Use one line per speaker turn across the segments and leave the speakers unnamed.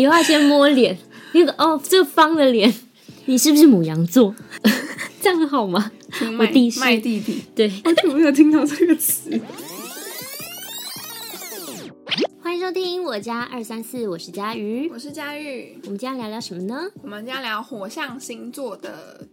以后要先摸脸，那个哦，这方的脸，你是不是母羊座？ 这样好吗？
听
我
麦
弟是
麦弟弟，
对，
我怎么没有听到这个词？
欢迎收听我家二三四，我是佳瑜。
我是佳玉，
我们今天聊聊什么呢？
我们今天聊火象星座的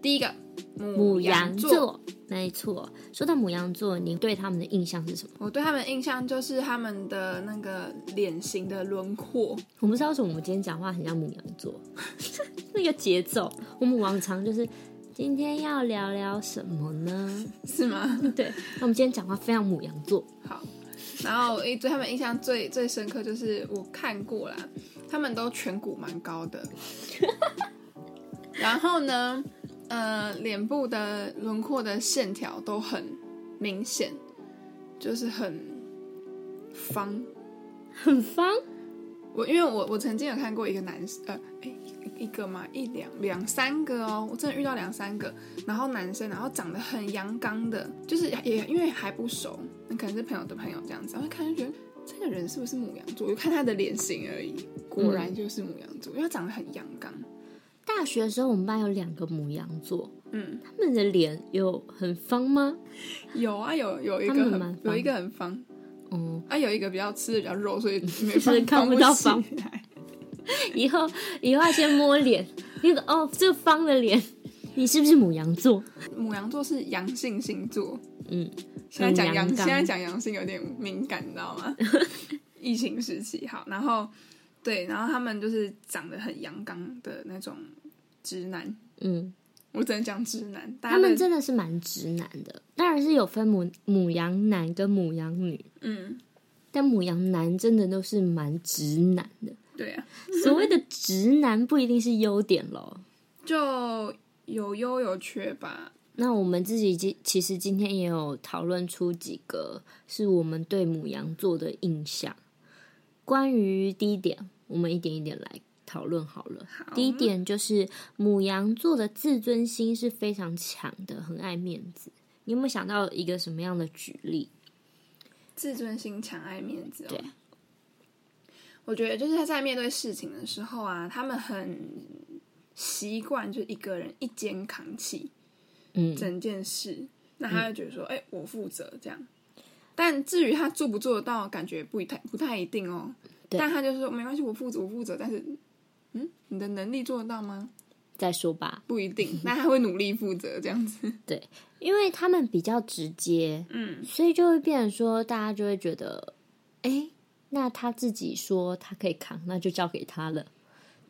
第一个
母
母
羊
座。
座，没错。说到母羊座，你对他们的印象是什么？
我对他们印象就是他们的那个脸型的轮廓，
我不知道为什么我们今天讲话很像母羊座， 那个节奏。我们往常就是今天要聊聊什么呢？
是吗？
对，那我们今天讲话非常母羊座，
好，然后我一对他们印象最最深刻就是我看过啦，他们都颧骨蛮高 的，然后呢，呃，脸部的轮廓的线条都很明显，就是很方。
很方。
我因为我我曾经有看过一个男生，呃，诶一一个嘛，一两两三个哦，我真的遇到两三个，然后男生，然后长得很阳刚的，就是也因为还不熟，那可能是朋友的朋友这样子，然后看就觉得这个人是不是母羊座，我就看他的脸型而已，果
嗯
然就是母羊座，因为他长得很阳刚，
大学的时候，我们班有两个母羊座，
嗯，
他们的脸有很方吗？
有啊有有一个
他们蛮
很
方
有一个很方
嗯，
啊，有一个比较吃的比较肉，所以 没
所以
办
看
法
不到
起
方
来，
以后以后要先摸脸，那个哦，这方的脸，你是不是母羊座？
母羊座是阳性星座，
嗯，
现在讲
很
阳，
阳刚
现在讲阳性有点敏感，你知道 吗？疫情时期，好，然后对，然后他们就是长得很阳刚的那种直男，
嗯，
我只能讲直男，大
他
家
们
的
真的是蛮直男的，当然是有分母母羊男跟母羊女，
嗯，
但母羊男真的都是蛮直男的。
对啊，
所谓的直男不一定是优点咯。
就有优有缺吧。
那我们自己其其实今天也有讨论出几个是我们对母羊座的印象。关于第一点，我们一点一点来讨论好了。
好
第一点就是母羊座的自尊心是非常强的，很爱面子。你有没有想到一个什么样的举例？
自尊心强，爱面子、哦。
对，
我觉得就是他在面对事情的时候啊，他们很习惯就是一个人一肩扛起
嗯，
整件事，那他就觉得说，哎、我负责这样。但至于他做不做得到，感觉不一太不太一定哦。
对
但他就说没关系，我负责，我负责。但是，嗯，你的能力做得到吗？
再说吧，
不一 定。那他会努力负责这样子。
因为他们比较直接，
嗯，
所以就会变成说，大家就会觉得，哎，那他自己说他可以扛，那就交给他了。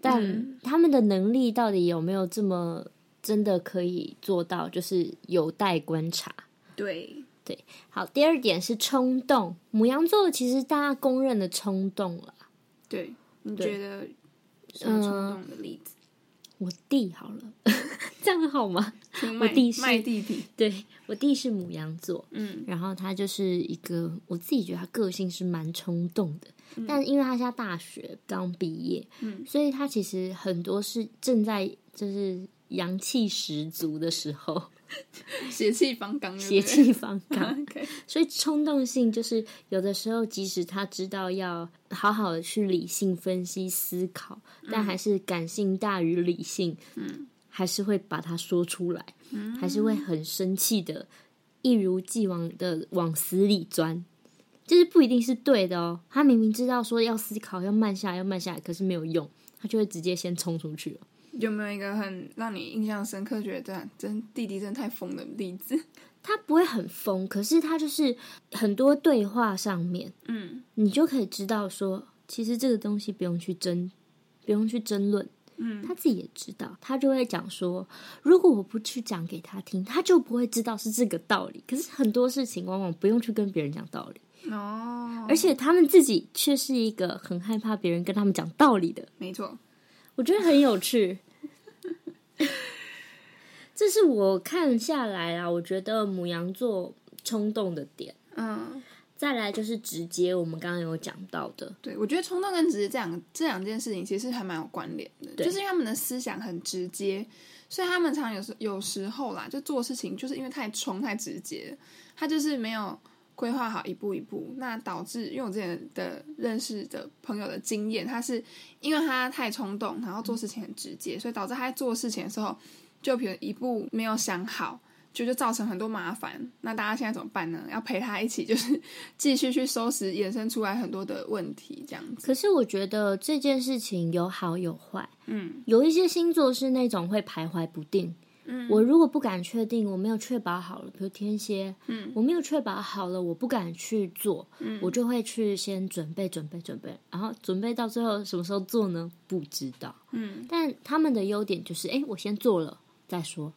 但
嗯
他们的能力到底有没有这么真的可以做到，就是有待观察。
对，
好，第二点是冲动，母羊座其实大家公认的冲动了。
对，你
嗯对
觉得什么冲动的例子？
我弟好了， 这样好吗？
听
我
麦
弟是
麦弟弟，
对我弟是母羊座，
嗯，
然后他就是一个，我自己觉得他个性是蛮冲动的，但因为他现在大学刚毕业，
嗯，
所以他其实很多是正在就是阳气十足的时 候，
血气方刚，对
邪
不对
气方 刚，
OK，
所以冲动性就是有的时候，即使他知道要好好的去理性分析思考，但还是感性大于理性，
嗯，
还是会把它说出来，还是会很生气的，一如既往的往死里钻。就是不一定是对的哦，他明明知道说要思考，要慢下来，要慢下来，可是没有用，他就会直接先冲出去了。
有没有一个很让你印象深刻，觉得真弟弟真的太疯的例子？
他不会很疯，可是他就是很多对话上面，
嗯
你就可以知道说，其实这个东西不用去争，不用去争论。
嗯，
他自己也知道，他就会讲说，如果我不去讲给他听，他就不会知道是这个道理。可是很多事情往往不用去跟别人讲道理，
哦，
而且他们自己却是一个很害怕别人跟他们讲道理的。
没错，
我觉得很有趣。这是我看下来啊，我觉得母羊座冲动的点。
嗯，
再来就是直接，我们刚刚有讲到的，
对，我觉得冲动跟直接这两这两件事情其实还蛮有关联的，就是因为他们的思想很直接，所以他们常有时有时候啦，就做事情就是因为太冲太直接，他就是没有规划好一步一步，那导致因为我之前的认识的朋友的经验，他是因为他太冲动，然后做事情很直接，所以导致他在做事情的时候，就比如一步没有想好，就就造成很多麻烦。那大家现在怎么办呢？要陪他一起，就是 继续去收拾衍生出来很多的问题，这样子。
可是我觉得这件事情有好有坏，
嗯，
有一些星座是那种会徘徊不定。
嗯，
我如果不敢确定，我没有确保好了，比如天蝎，
嗯，
我没有确保好了，我不敢去做，嗯，我就会去先准备准备准备，然后准备到最后什么时候做呢？不知道，
嗯
但他们的优点就是，哎，我先做了再说，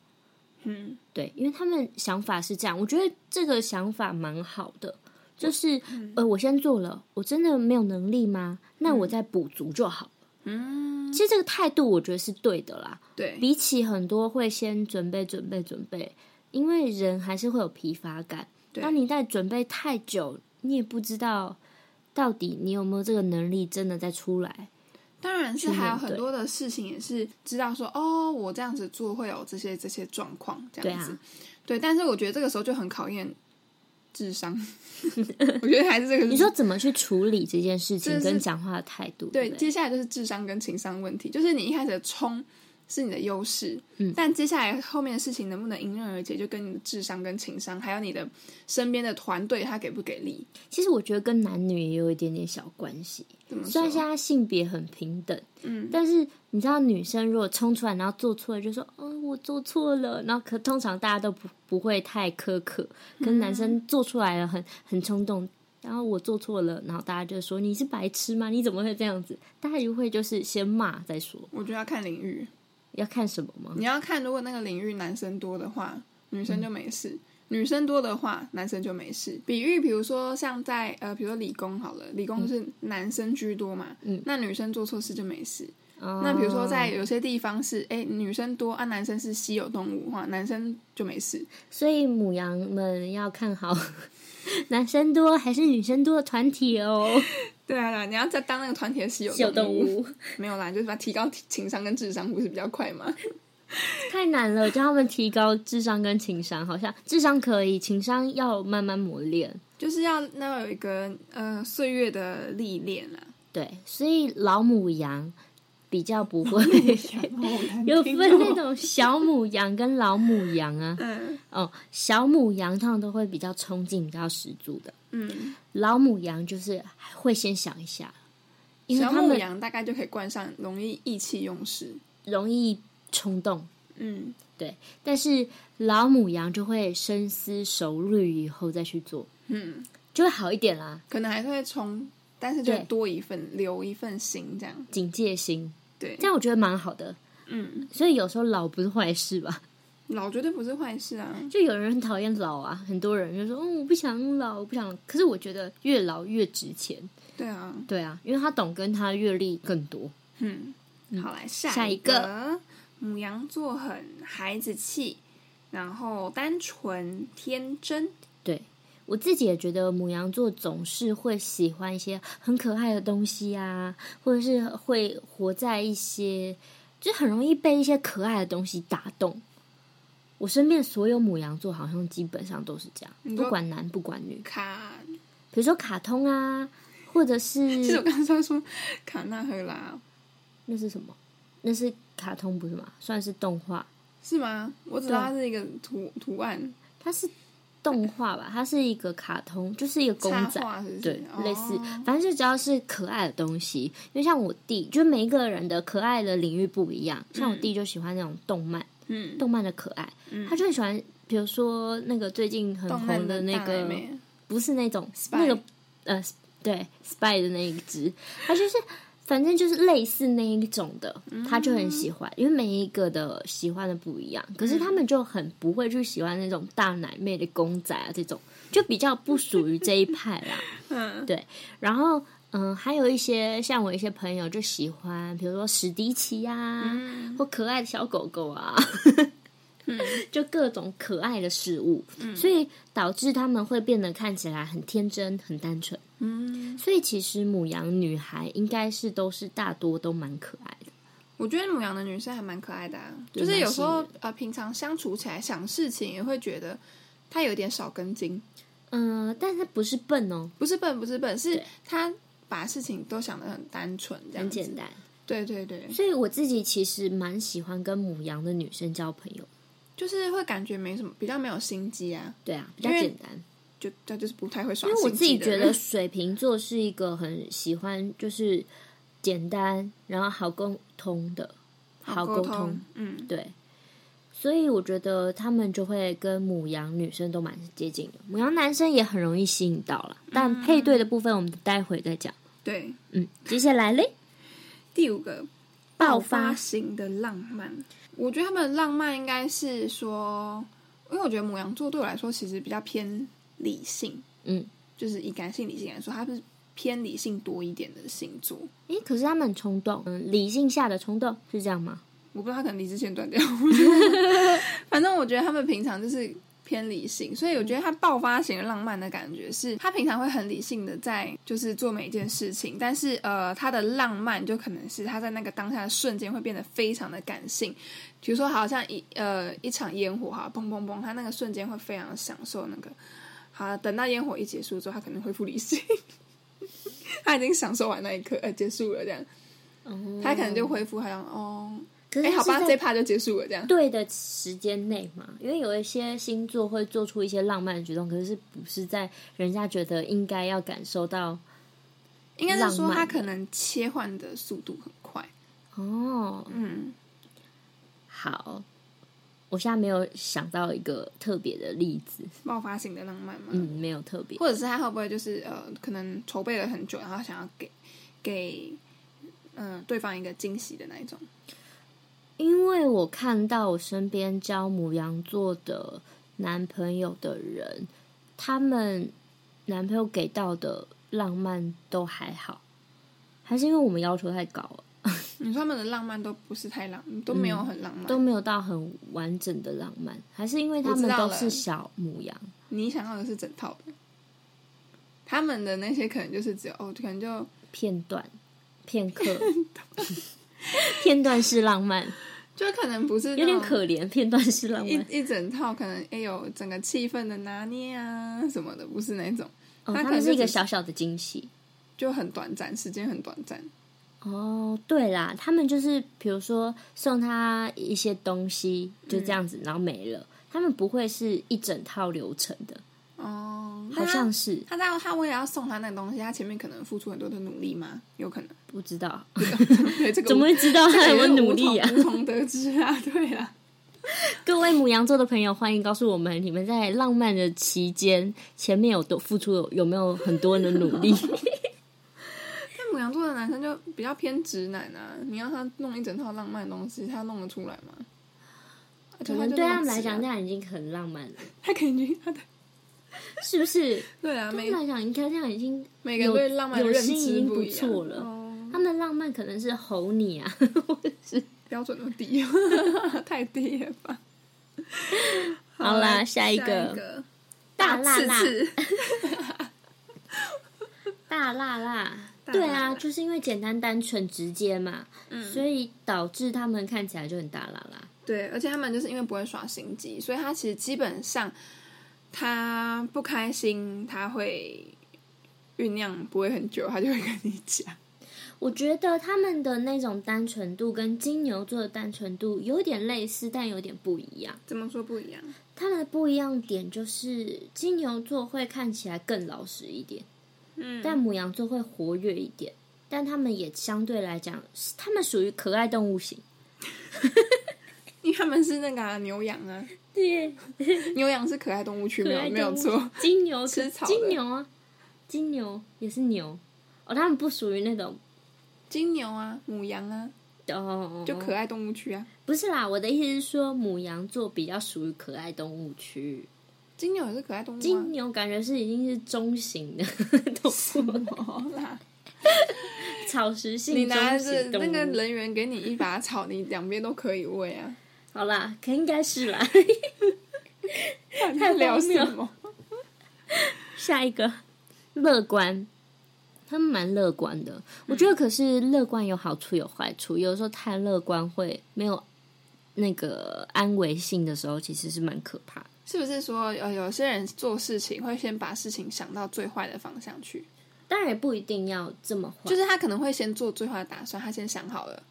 嗯
对，因为他们想法是这样，我觉得这个想法蛮好的，就是、
嗯
呃，我先做了，我真的没有能力吗？那我再补足就好。
嗯，
其实这个态度我觉得是对的啦，
对，
比起很多会先准备准备准备，因为人还是会有疲乏感。
对
当你在准备太久，你也不知道到底你有没有这个能力真的再出来。
当然是
去
还有
面
很
对
多的事情也是知道说哦，我这样子做会有这些这些状况这样子，
对啊
对但是我觉得这个时候就很考验 智商，我觉得还是这个
你说怎么去处理这件事
这
情
嗯是
跟讲话的态度？对
对，
不对，
接下来就是智商跟情商问题，就是你一开始的冲是你的优势，
嗯
但接下来后面的事情能不能迎刃而解，就跟你的智商跟情商，还有你的身边的团队他给不给力，
其实我觉得跟男女也有一点点小关系。
怎么
虽然现
说？
在性别很平等，
嗯，
但是你知道女生如果冲出来，然后做错了，就说“嗯，我做错了”，然后可通常大家都不不会太苛刻，跟男生做出来了很很冲动，然后我做错了，然后大家就说“你是白痴吗？你怎么会这样子？”大家就会就是先骂再说，
我觉得要看领域，
要看什么吗？
你要看如果那个领域男生多的话，女生就没
嗯
事。女生多的话，男生就没事。比喻，比如说像在呃，比如说理工好了，理工就是男生居多嘛，
嗯哦
那女生做错事就没事。
那
那比如说，在有些地方是，哎、女生多，啊，男生是稀有动物的话，男生就没事。
所以母羊们要看好 男生多还是女生多的团体哦，
对啊，你要再当那个团体的稀有
小动
物，
物。
没有啦，就是把提高情商跟智商不是比较快吗？
太难了，叫他们提高智商跟情商，好像智商可以，情商要慢慢磨练。
就是要那有一个呃岁月的历练啦。
对，所以老母羊比较不 会有分
哦
那种小母羊跟老母羊啊。
嗯
哦，小母羊通常都会比较冲劲、比较十足的，
嗯，
老母羊就是哎会先想一下，因为
小
他
母
们
羊大概就可以冠上容易意气用事。
容易冲动。
嗯，
对，但是老母羊就会深思熟虑以后再去做，
嗯，
就会好一点啦。
可能还是会冲，但是就
对
多一份留一份心这样。
警戒心，
对
这，样我觉得蛮好的。
嗯，
所以有时候老不是坏事吧？
老绝对不是坏事啊。
就有人很讨厌老啊，很多人就说：“嗯，我不想老，我不想。”可是我觉得越老越值钱，
对啊，
对啊，因为他懂跟他阅历更多。
嗯，好来下
下
一
一
个，母羊座很孩子气，然后单纯天真。
对我自己也觉得母羊座总是会喜欢一些很可爱的东西啊，或者是会活在一些，就很容易被一些可爱的东西打动。我身边所有母羊座好像基本上都是这样，
说
不管男不管女。
卡，
比如说卡通啊，或者
其实我
是
刚才在说卡纳赫拉
那是什么？那是卡通不是吗？算是动画，
是吗？我只知道它是一个图图案
它是动画吧？它是一个卡通，就是一个公
插
仔，
画，是不是？
对，
哦
类似，反正就只要是可爱的东西。因为像我弟，就是每一个人的可爱的领域不一样，像我弟就喜欢那种动漫，
嗯，
动漫的可爱，他就很喜欢。比如说那个最近很
动
红
漫
的那
大奶
个，
妹
不是那种那
Spy
个呃，对，spy 的那一只，它就是反正就是类似那一种的，
嗯
他就很喜欢，因为每一个的喜欢的不一样，
嗯
可是他们就很不会去喜欢那种大奶妹的公仔啊，这种就比较不属于这一派啦。
嗯，
对，然后嗯，还有一些像我一些朋友就喜欢，比如说史迪奇呀、
嗯
或可爱的小狗狗啊，就各种可爱的事物，所以导致他们会变得看起来很天真、很单纯。
嗯，
所以其实母羊女孩应该是都是大多都蛮可爱的，
我觉得母羊的女生还蛮可爱的、啊，
对
就是有时候
蛮吸
呃，平常相处起来想事情也会觉得她有点少根筋，
嗯、但他不是笨哦，
不是笨，不是笨，是他把事情都想得很单纯，这样
很
子
简。单。
对对对，
所以我自己其实蛮喜欢跟母羊的女生交朋友，
就是会感觉没什么，比较没有心机啊，
对啊，比较
因为
简单。
就他就是不太会耍
因为我
心
自己
机的
觉
人。
得水瓶座是一个很喜欢就是简单，然后好沟通的，好
沟
沟通，
嗯，
对。所以我觉得他们就会跟母羊女生都蛮接近的，母羊男生也很容易吸引到了，
嗯
但配对的部分我们待会再讲。
对。
嗯，接下来嘞，
第五个，
爆
爆
发
发型的浪漫，我觉得他们的浪漫应该是说，因为我觉得母羊座对我来说其实比较偏理性，
嗯，
就是以感性理性来说，它是偏理性多一点的星座。
诶，可是他们很冲动，嗯，理性下的冲动是这样吗？
我不知道他可能理智线断掉， 反正我觉得他们平常就是偏理性，所以我觉得他爆发型的浪漫的感觉是，他平常会很理性的在就是做每一件事情，但是呃，他的浪漫就可能是他在那个当下的瞬间会变得非常的感性，比如说好像一呃一场烟火哈，砰砰砰，他那个瞬间会非常享受那个。好，等到烟火一结束之后，他可能恢复理性， 他已经享受完那一刻，呃，结束了这样，
哦
他可能就恢复好像哦，
可是
哎、好吧，
是
这
在
一趴就结束了，这样。
对的时间内嘛，因为有一些星座会做出一些浪漫的举动，可是不是在人家觉得应该要感受到
应该是
浪
说
漫
他
的
可能切换的速度很快。
哦。
嗯，
好，我现在没有想到一个特别的例子，
爆发型的浪漫嘛，
嗯，没有特别，
或者是他会不会就是呃，可能筹备了很久，然后想要给给嗯、呃对方一个惊喜的那一种。
因为我看到我身边交母羊座的男朋友的人，他们男朋友给到的浪漫都还好，还是因为我们要求太高了。
你说他们的浪漫都不是太浪，嗯都没有很浪漫。
都没有到很完整的浪漫，还是因为他
我知
们
道
都
了
是小母羊，
你想要的是整套的，他们的那些可能就是只有哦，可能就
片段、片 刻、片段式浪漫，
就可能不是那
有点
种
可怜。片段式 浪漫，
一一整套，可能哎有整个气氛的拿捏啊什么的，不是那种。
哦，
他
他
可
们
能
是一个
就只是
小小的惊喜。
就很短暂，时间很短暂。
哦，对啦，他们就是比如说送他一些东西，就这
嗯
样子，然后没了。他们不会是一整套流程的，
哦，
好像是
他在他为了要送他那个东西，他前面可能付出很多的努力吗？有 可能，
不知道，
对这个
怎么
我
会知道
这
他
个
有没有
也是
努
无从
力啊？
无从得知啊， 对啊，
各位母羊座的朋友，欢迎告诉我们你们在浪漫的期间前面有多付出有有没有很多人的努 力？
但母羊座的男生就比较偏直男啊，你让他弄一整套浪漫的东西，他弄得出来吗？
可
而
能
且
对
他
他们
就那么直啊
来讲，那样已经很浪漫了，
他肯定他的
是不是？
对
对他
啊，每
们来讲，应该这样已经，
每个人对浪漫的
有
认
心已
知
经
不
不
一样，
错了
哦
他们的浪漫可能是吼你啊，
标准都低， 太低了吧？
好啦下一
一
个
个
大辣
刺
辣
刺。
大辣辣。
大辣辣
对啊，就是因为简单、单纯、直接嘛，所以导致他们看起来就很大辣辣。
对，而且他们就是因为不会耍心机，所以他其实基本上他不开心，他会酝酿不会很久，他就会跟你 讲。
我觉得他们的那种单纯度跟金牛座的单纯度有点类似，但有点不一样。
怎么说不一样？
他们的不一样点就是金牛座会看起来更老实一点，
嗯
但母羊座会活跃一点，但他们也相对来讲，他们属于可爱动物型。
因为他们是那个啊、牛羊啊，
对，
牛羊是可爱动物区，没
可爱动
有
物
没有错。。
金牛
吃草的
金牛啊，金牛也是牛哦，他们不属于那种
金牛啊，母羊啊，
哦，
就可爱动物区啊。
不是啦。我的意思是说，母羊座比较属于可爱动物区。
嗯金牛也是可爱动物啊
金。牛感觉是已经是中型的 动
什
物，
么啦？
草食性
你
中
拿着
型动物。
那个人员给你一把草，你两边都可以喂 啊。
好啦，可应该是啦。
在聊什么？
下一个，乐观，他们蛮乐观的。我觉得可是乐观有好处有坏处，有时候太乐观会没有那个安慰性的时候，其实是蛮可怕的。
是不是说呃有些人做事情会先把事情想到最坏的方向去，
当然也不一定要这么坏，
就是他可能会先做最坏的打算，他先想好了，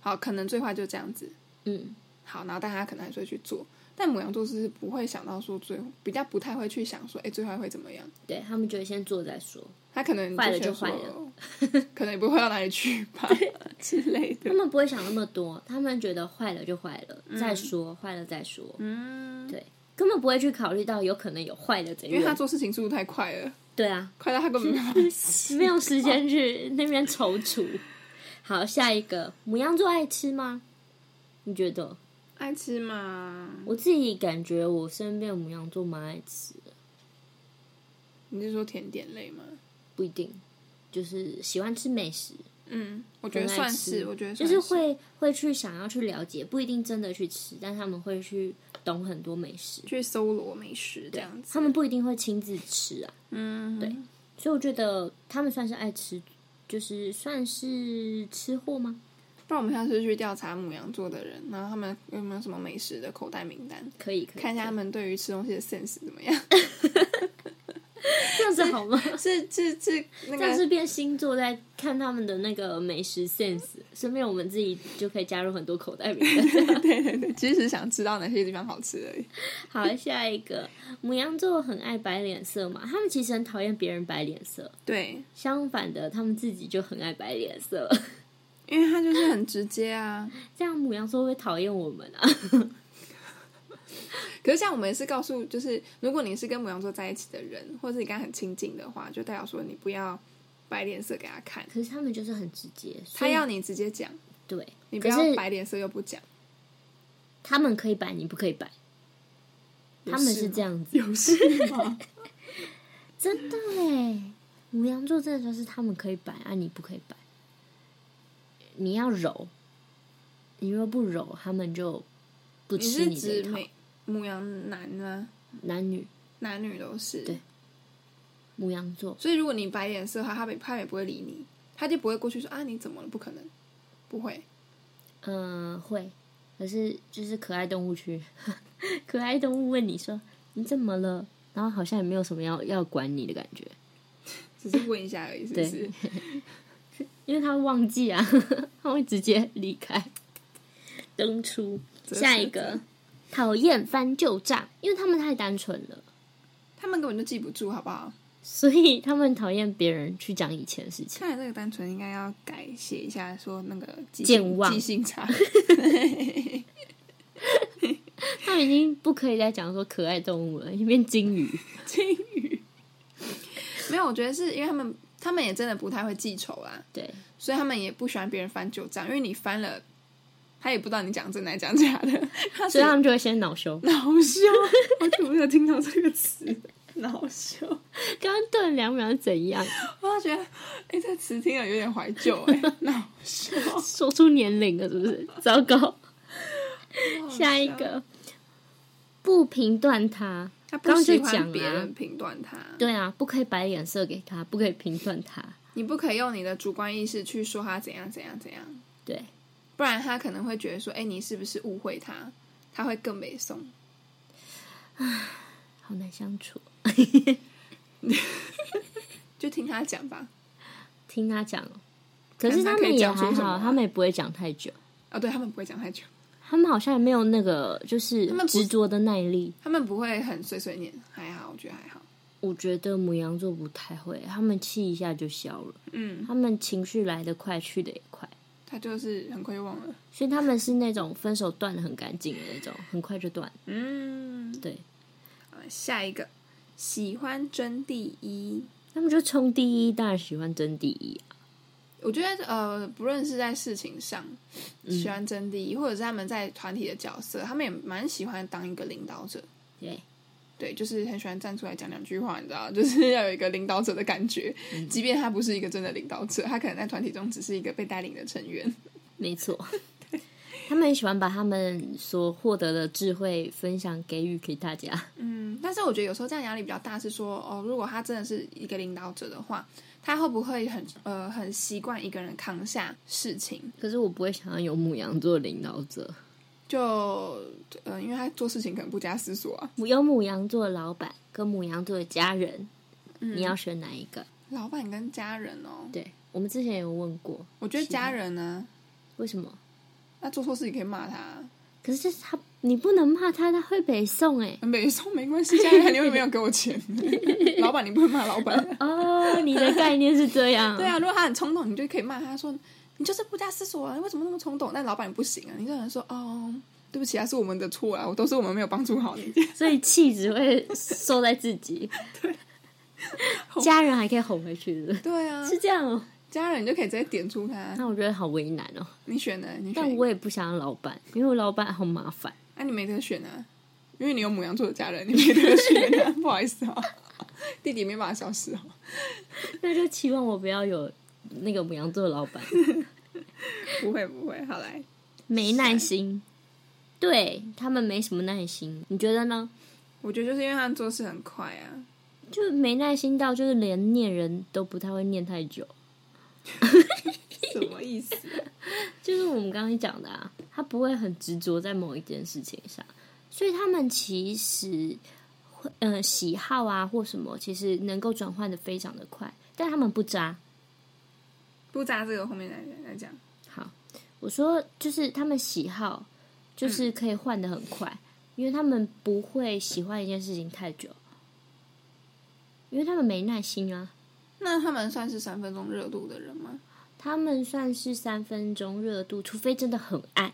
好，可能最坏就这样子，
嗯，
好，然后大家可能还是会去做。但母羊座是不会想到说最比较不太会去想说，哎、最坏会怎么样？
对他们就会先做再说，
他可能
坏了
觉得
就坏
说，可能也不会到哪里去 吧之类
他
的。
们不会想那么多，他们觉得坏了就坏了，再说坏了再说，
嗯，
对，根本不会去考虑到有可能有坏的这一
因为他
问。
做事情速度太快了，
对啊，
快到他根本没办法
没有时间去那边踌躇。好，下一个母羊座爱吃吗？你觉得？
爱吃嘛。
我自己感觉我身边的母羊座蛮爱吃的，
你是说甜点类吗？
不一定，就是喜欢吃美食，
嗯，我觉得
很爱
算
吃
是，我觉得
就是
算
会会去想要去了解，不一定真的去吃，但他们会去懂很多美食，
去搜罗美食这样子。
他们不一定会亲自吃啊，
嗯，对，
所以我觉得他们算是爱吃，就是算是吃货吗？
不然我们下次去调查母羊座的人，然后他们有没有什么美食的口袋名单，
可以，可以
看一下他，们对于吃东西的 sense 怎么样。
可以这样子好吗？
是是是，那
这样
个
是变星座在看他们的那个美食 sense，顺便我们自己就可以加入很多口袋名单。
对对对，其实想知道哪些地方好吃而已。
好，下一个母羊座很爱摆脸色嘛，他们其实很讨厌别人摆脸色，
对，
相反的，他们自己就很爱摆脸 色。
因为他就是很直接啊。
这样母羊座会讨厌我们啊？
可是像我们也是告诉，就是如果你是跟母羊座在一起的人，或是你跟他很亲近的话，就代表说你不要摆脸色给他看，
可是他们就是很直接，所
他
以
要你直接讲，
对，
你不
可
要
是
摆脸色又不讲。
他们可以摆，你不可以摆，他们是这样 子，
有事吗？
真的哎，母羊座真的就是他们可以摆啊，你不可以摆，你要柔，你若不柔，他们就不
你
吃
是
你这一
指
套，
美母羊男吗？
男女
男女都是。
对母羊座。
所以如果你摆脸色的话，他他他也不会理你，他就不会过去说啊你怎么了？不可能，不会。
嗯，会，可是就是可爱动物区， 可爱动物问你说你怎么了，然后好像也没有什么要要管你的感觉，
只是问一下而已，是不是？
因为他会忘记啊， 他会直接离开。登出
啧
下一
啧
个
啧，
讨厌翻旧账，因为他们太单纯了，
他们根本就记不住，好不好？
所以他们讨厌别人去讲以前的事情。
看来这个单纯应该要改写一下，说那个记
健
性
忘
记性差。
他们已经不可以再讲说可爱动物了，已经变金鱼。
金鱼 没有，我觉得是因为他们他们也真的不太会记仇啦，
对，
所以他们也不喜欢别人翻旧账，因为你翻了，他也不知道你讲真的还讲假的， 他
所以
只
他们就会先恼羞。
恼羞，我怎么没有听到这个词？恼羞，
刚刚顿两秒是怎样？
我觉得，哎、这词听了有点怀旧、哎，恼羞。
说出年龄了是不是？糟糕，下一个不评断他。
他不
刚就
喜
讲
欢别
啊
人评断他，
对啊，不可以摆脸色给他，不可以评断他。
你不可以用你的主观意识去说他怎样怎样怎样，
对，
不然他可能会觉得说，哎、你是不是误会他？他会更没送。
好难相处。
就听他讲吧。
听他讲，哦可是他们也
看他可
还
以讲出什么
好，
啊
他们也不会讲太久，
哦，对他们不会讲太久，
他们好像也没有那个就是
他们不
执着的耐力。
他们不会很碎碎念，还好，我觉得还好。
我觉得母羊座不太会，他们气一下就消了，
嗯，
他们情绪来得快，去得也快，
他就是很快就忘了。
所以他们是那种分手断的很干净的那种，很快就断。
嗯，
对，
好下一个喜欢争第一，
他们就冲第一，当然喜欢争第一啊、
我觉得呃，不论是在事情上喜欢争第一，或者是他们在团体的角色，他们也蛮喜欢当一个领导者。
对，
对，就是很喜欢站出来讲两句话，你知道， 就是要有一个领导者的感觉，即便他不是一个真的领导者，他可能在团体中只是一个被带领的成员。
没错。 他们很喜欢把他们所获得的智慧分享给予给大家。
嗯，但是我觉得有时候这样压力比较大，是说哦，如果他真的是一个领导者的话，他会不会很呃很习惯一个人扛下事情？
可是我不会想要有母羊座领导者，
就嗯、因为他做事情可能不加思索啊。
母有母羊座的老板跟母羊座的家人，
嗯
你要选哪一个？
老板跟家人哦，
对我们之前有问过，
我觉得家人呢、
为什么？
那做错事情可以骂他，
可是这是他，你不能骂他，他会北宋哎、
没说没关系，家人你又没有给我钱， 老板你不能骂老板。
哦，你的概念是这样，
对，啊，如果他很冲动，你就可以骂他说你就是不加思索啊，你为什么那么冲动？但老板你不行啊，你只能说哦，对不起啊，是我们的错啊，我都是我们没有帮助好你。
所以气只会收在自 己，对，家人还可以哄回去的，
对 啊，
是这样哦。
家人你就可以直接点出他，
那我觉得好为难哦，
你选呢？你选
但
一个，
我也不想要老板，因为我老板好麻烦。
啊，你没得选啊，因为你有母羊座的家人，你没得选、啊，不 好意思啊，弟弟没办法消失哦、
那就期望我不要有那个母羊座的老板，
不会不会，好来，
没耐心，对他们没什么耐心，你觉得呢？
我觉得就是因为他做事很快 啊，
就没耐心到就是连念人都不太会念太久，
什么意思？
就是我们刚刚讲的啊，他不会很执着在某一件事情上，所以他们其实会呃喜好啊或什么，其实能够转换的非常的快，但他们不渣。
不扎这个后面来来讲，
好，我说就是他们喜好就是可以换的很快，因为他们不会喜欢一件事情太久，因为他们没耐心啊。
那他们算是三分钟热度的人吗？
他们算是三分钟热度，除非真的很爱，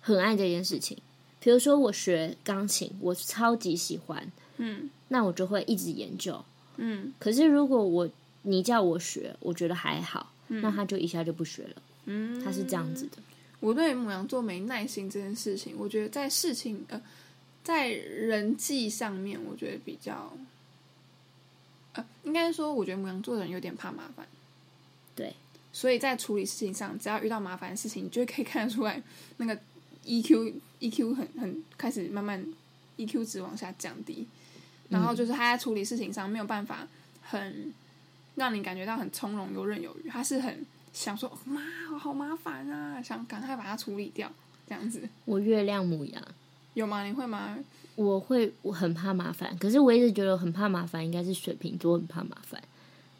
很爱这件事情。比如说，我学钢琴，我超级喜欢，
嗯
那我就会一直研究。
嗯
可是如果我你叫我学，我觉得还好，那他就一下就不学了。
嗯，
他是这样子的，
我对母羊座没耐心这件事情，我觉得在事情呃，在人际上面，我觉得比较，呃，应该说，我觉得母羊座的人有点怕麻烦，
对，
所以在处理事情上，只要遇到麻烦的事情，你就可以看得出来，那个 EQ EQ 很很开始慢慢 EQ 值往下降低，然后就是他在处理事情上没有办法很让你感觉到很从容游刃有余，他是很想说哦妈我好麻烦啊，想赶快把它处理掉，这样子
我月亮母羊，
有吗？你会吗？
我会我很怕麻烦，可是我一直觉得我很怕麻烦，应该是水瓶座很怕麻烦，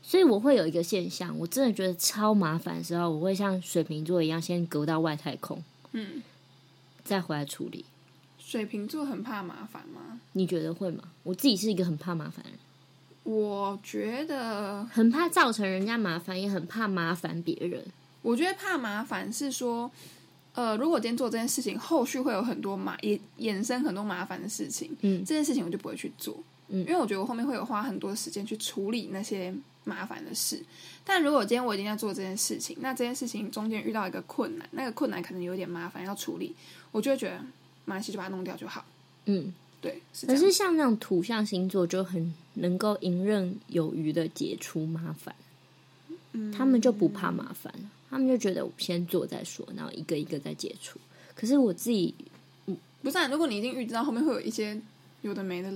所以我会有一个现象，我真的觉得超麻烦的时候，我会像水瓶座一样先隔到外太空，
嗯，
再回来处理。
水瓶座很怕麻烦吗？
你觉得会吗？我自己是一个很怕麻烦的人，
我觉得，
很怕造成人家麻烦，也很怕麻烦别人。
我觉得怕麻烦是说，呃，如果今天做这件事情，后续会有很多麻衍衍生很多麻烦的事情，
嗯
这件事情我就不会去做，
嗯
因为我觉得我后面会有花很多时间去处理那些麻烦的事。但如果今天我已经在做这件事情，那这件事情中间遇到一个困难，那个困难可能有点麻烦要处理，我就会觉得，马来西就把它弄掉就好。
嗯，
对，是这
可
样。
是像那种土象星座就很能够游刃有余的解除麻烦，
嗯
他们就不怕麻烦，他们就觉得我先做再说，然后一个一个再解除。可是我自己
不是、啊，如果你已经预知到后面会有一些有的没的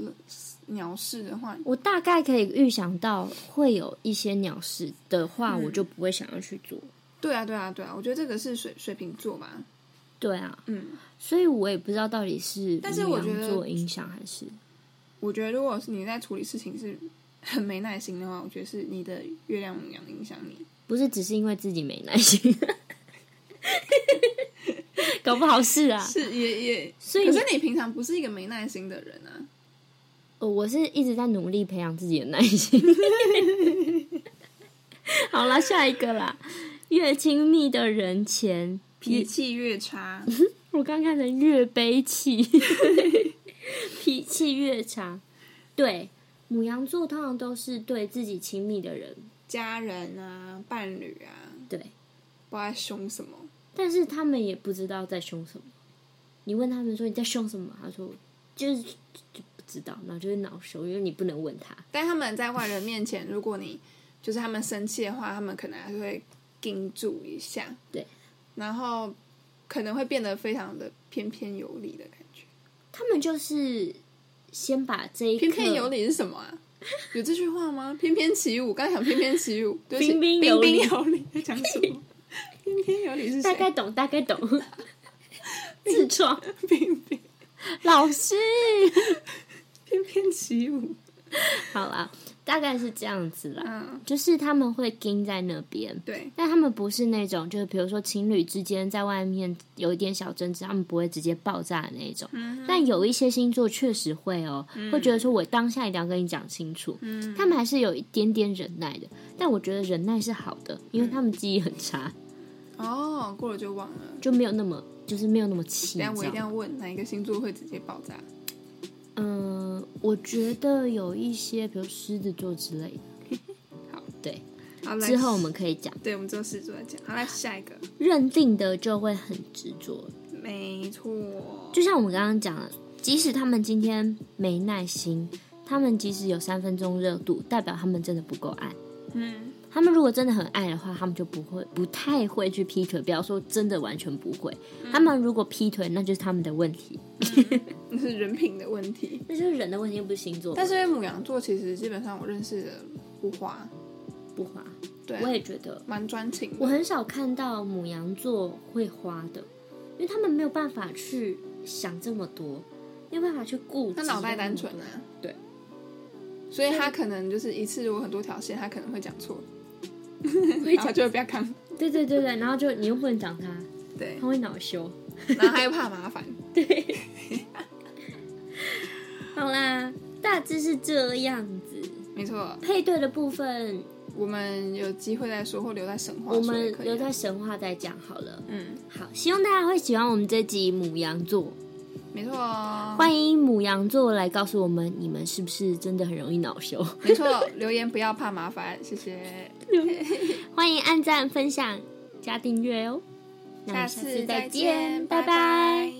鸟事的话，
我大概可以预想到会有一些鸟事的话，
嗯
我就不会想要去做。
对啊，对啊，对啊，我觉得这个是水水瓶座吧，
对啊，
嗯，
所以我也不知道到底是
但是我觉得
母羊座影响还是
我觉得如果是你在处理事情是很没耐心的话，我觉得是你的月亮母羊影响你。
不是只是因为自己没耐心， 搞不好是啊。
是也也，
所以
可
你
是你平常不是一个没耐心的人啊。
呃我是一直在努力培养自己的耐心。 好啦，下一个啦，越亲密的人前，
脾气越差，
我刚看成越悲气， 脾气越差。对，母羊座通常都是对自己亲密的人，
家人啊、伴侣啊，
对，
不知道在凶什么。
但是他们也不知道在凶什么。你问他们说你在凶什么，他说就是就不知道，然后就是恼羞，因为你不能问他。
但他们在外人面前，如果你就是他们生气的话，他们可能还是会盯住一下，
对，
然后可能会变得非常的翩翩有礼的感觉。
他们就是先把这一刻
翩翩有礼是什么啊？ 有这句话吗？翩翩起舞，刚才想翩翩起舞，对不起
彬彬
彬
有礼
彬有礼在讲什么？翩翩有礼是
大
谁？
概懂，大概懂。痔 疮，
偏偏
老师，
偏偏起舞，
好啦，大概是这样子啦，
嗯，
就是他们会跟在那边。
对，
但他们不是那种，就是比如说情侣之间在外面有一点小争执，他们不会直接爆炸的那一种。
嗯
但有一些星座确实会哦，会觉得说我当下一定要跟你讲清楚。
嗯
他们还是有一点点忍耐的，但我觉得忍耐是好的，因为
嗯
他们记忆很差，
哦，过了就忘了。
就没有那么就是没有那么气
但我一
躁
定。要问哪一个星座会直接爆炸？
嗯，我觉得有一些，比如狮子座之类的。 好，对，
好，来
之后我们可以讲
对，我们之后狮子座再讲。好，来下一个，
认定的就会很执着，
没错，
就像我们刚刚讲的，即使他们今天没耐心，他们即使有三分钟热度，代表他们真的不够爱。
嗯，
他们如果真的很爱的话，他们就不会不太会去劈腿。不要说真的完全不会，他们如果劈腿，那就是他们的问题，
那是人品的问题。
那就是人的问题，又不是星座。
但是因为母羊座其实基本上我认识的不花，
不花，
对啊，
我也觉得，
蛮专情
我
的。
很少看到母羊座会花的，因为他们没有办法去想这么多，没有办法去顾及。
他脑袋单纯啊，
对，
所以他可能就是一次如果很多条线，他可能会讲错，
会
然后
讲
就会不要看，
对对对对，然后就你又不能讲他，
对
他，会恼羞。
然后他又怕麻烦，
好啦，大致是这样子。
没错，
配对的部分，
我们有机会再说，或留在神话
我
说也
们
可以啊，
留在神话再讲好了。
嗯，
好，希望大家会喜欢我们这集母羊座。
没错哦，
欢迎母羊座来告诉我们，你们是不是真的很容易恼羞？
没错，留言不要怕麻烦，谢谢，
欢迎按赞、分享、加订阅哦。那我
下
们下次
次
再
再
见，
见，
拜
拜
拜
拜。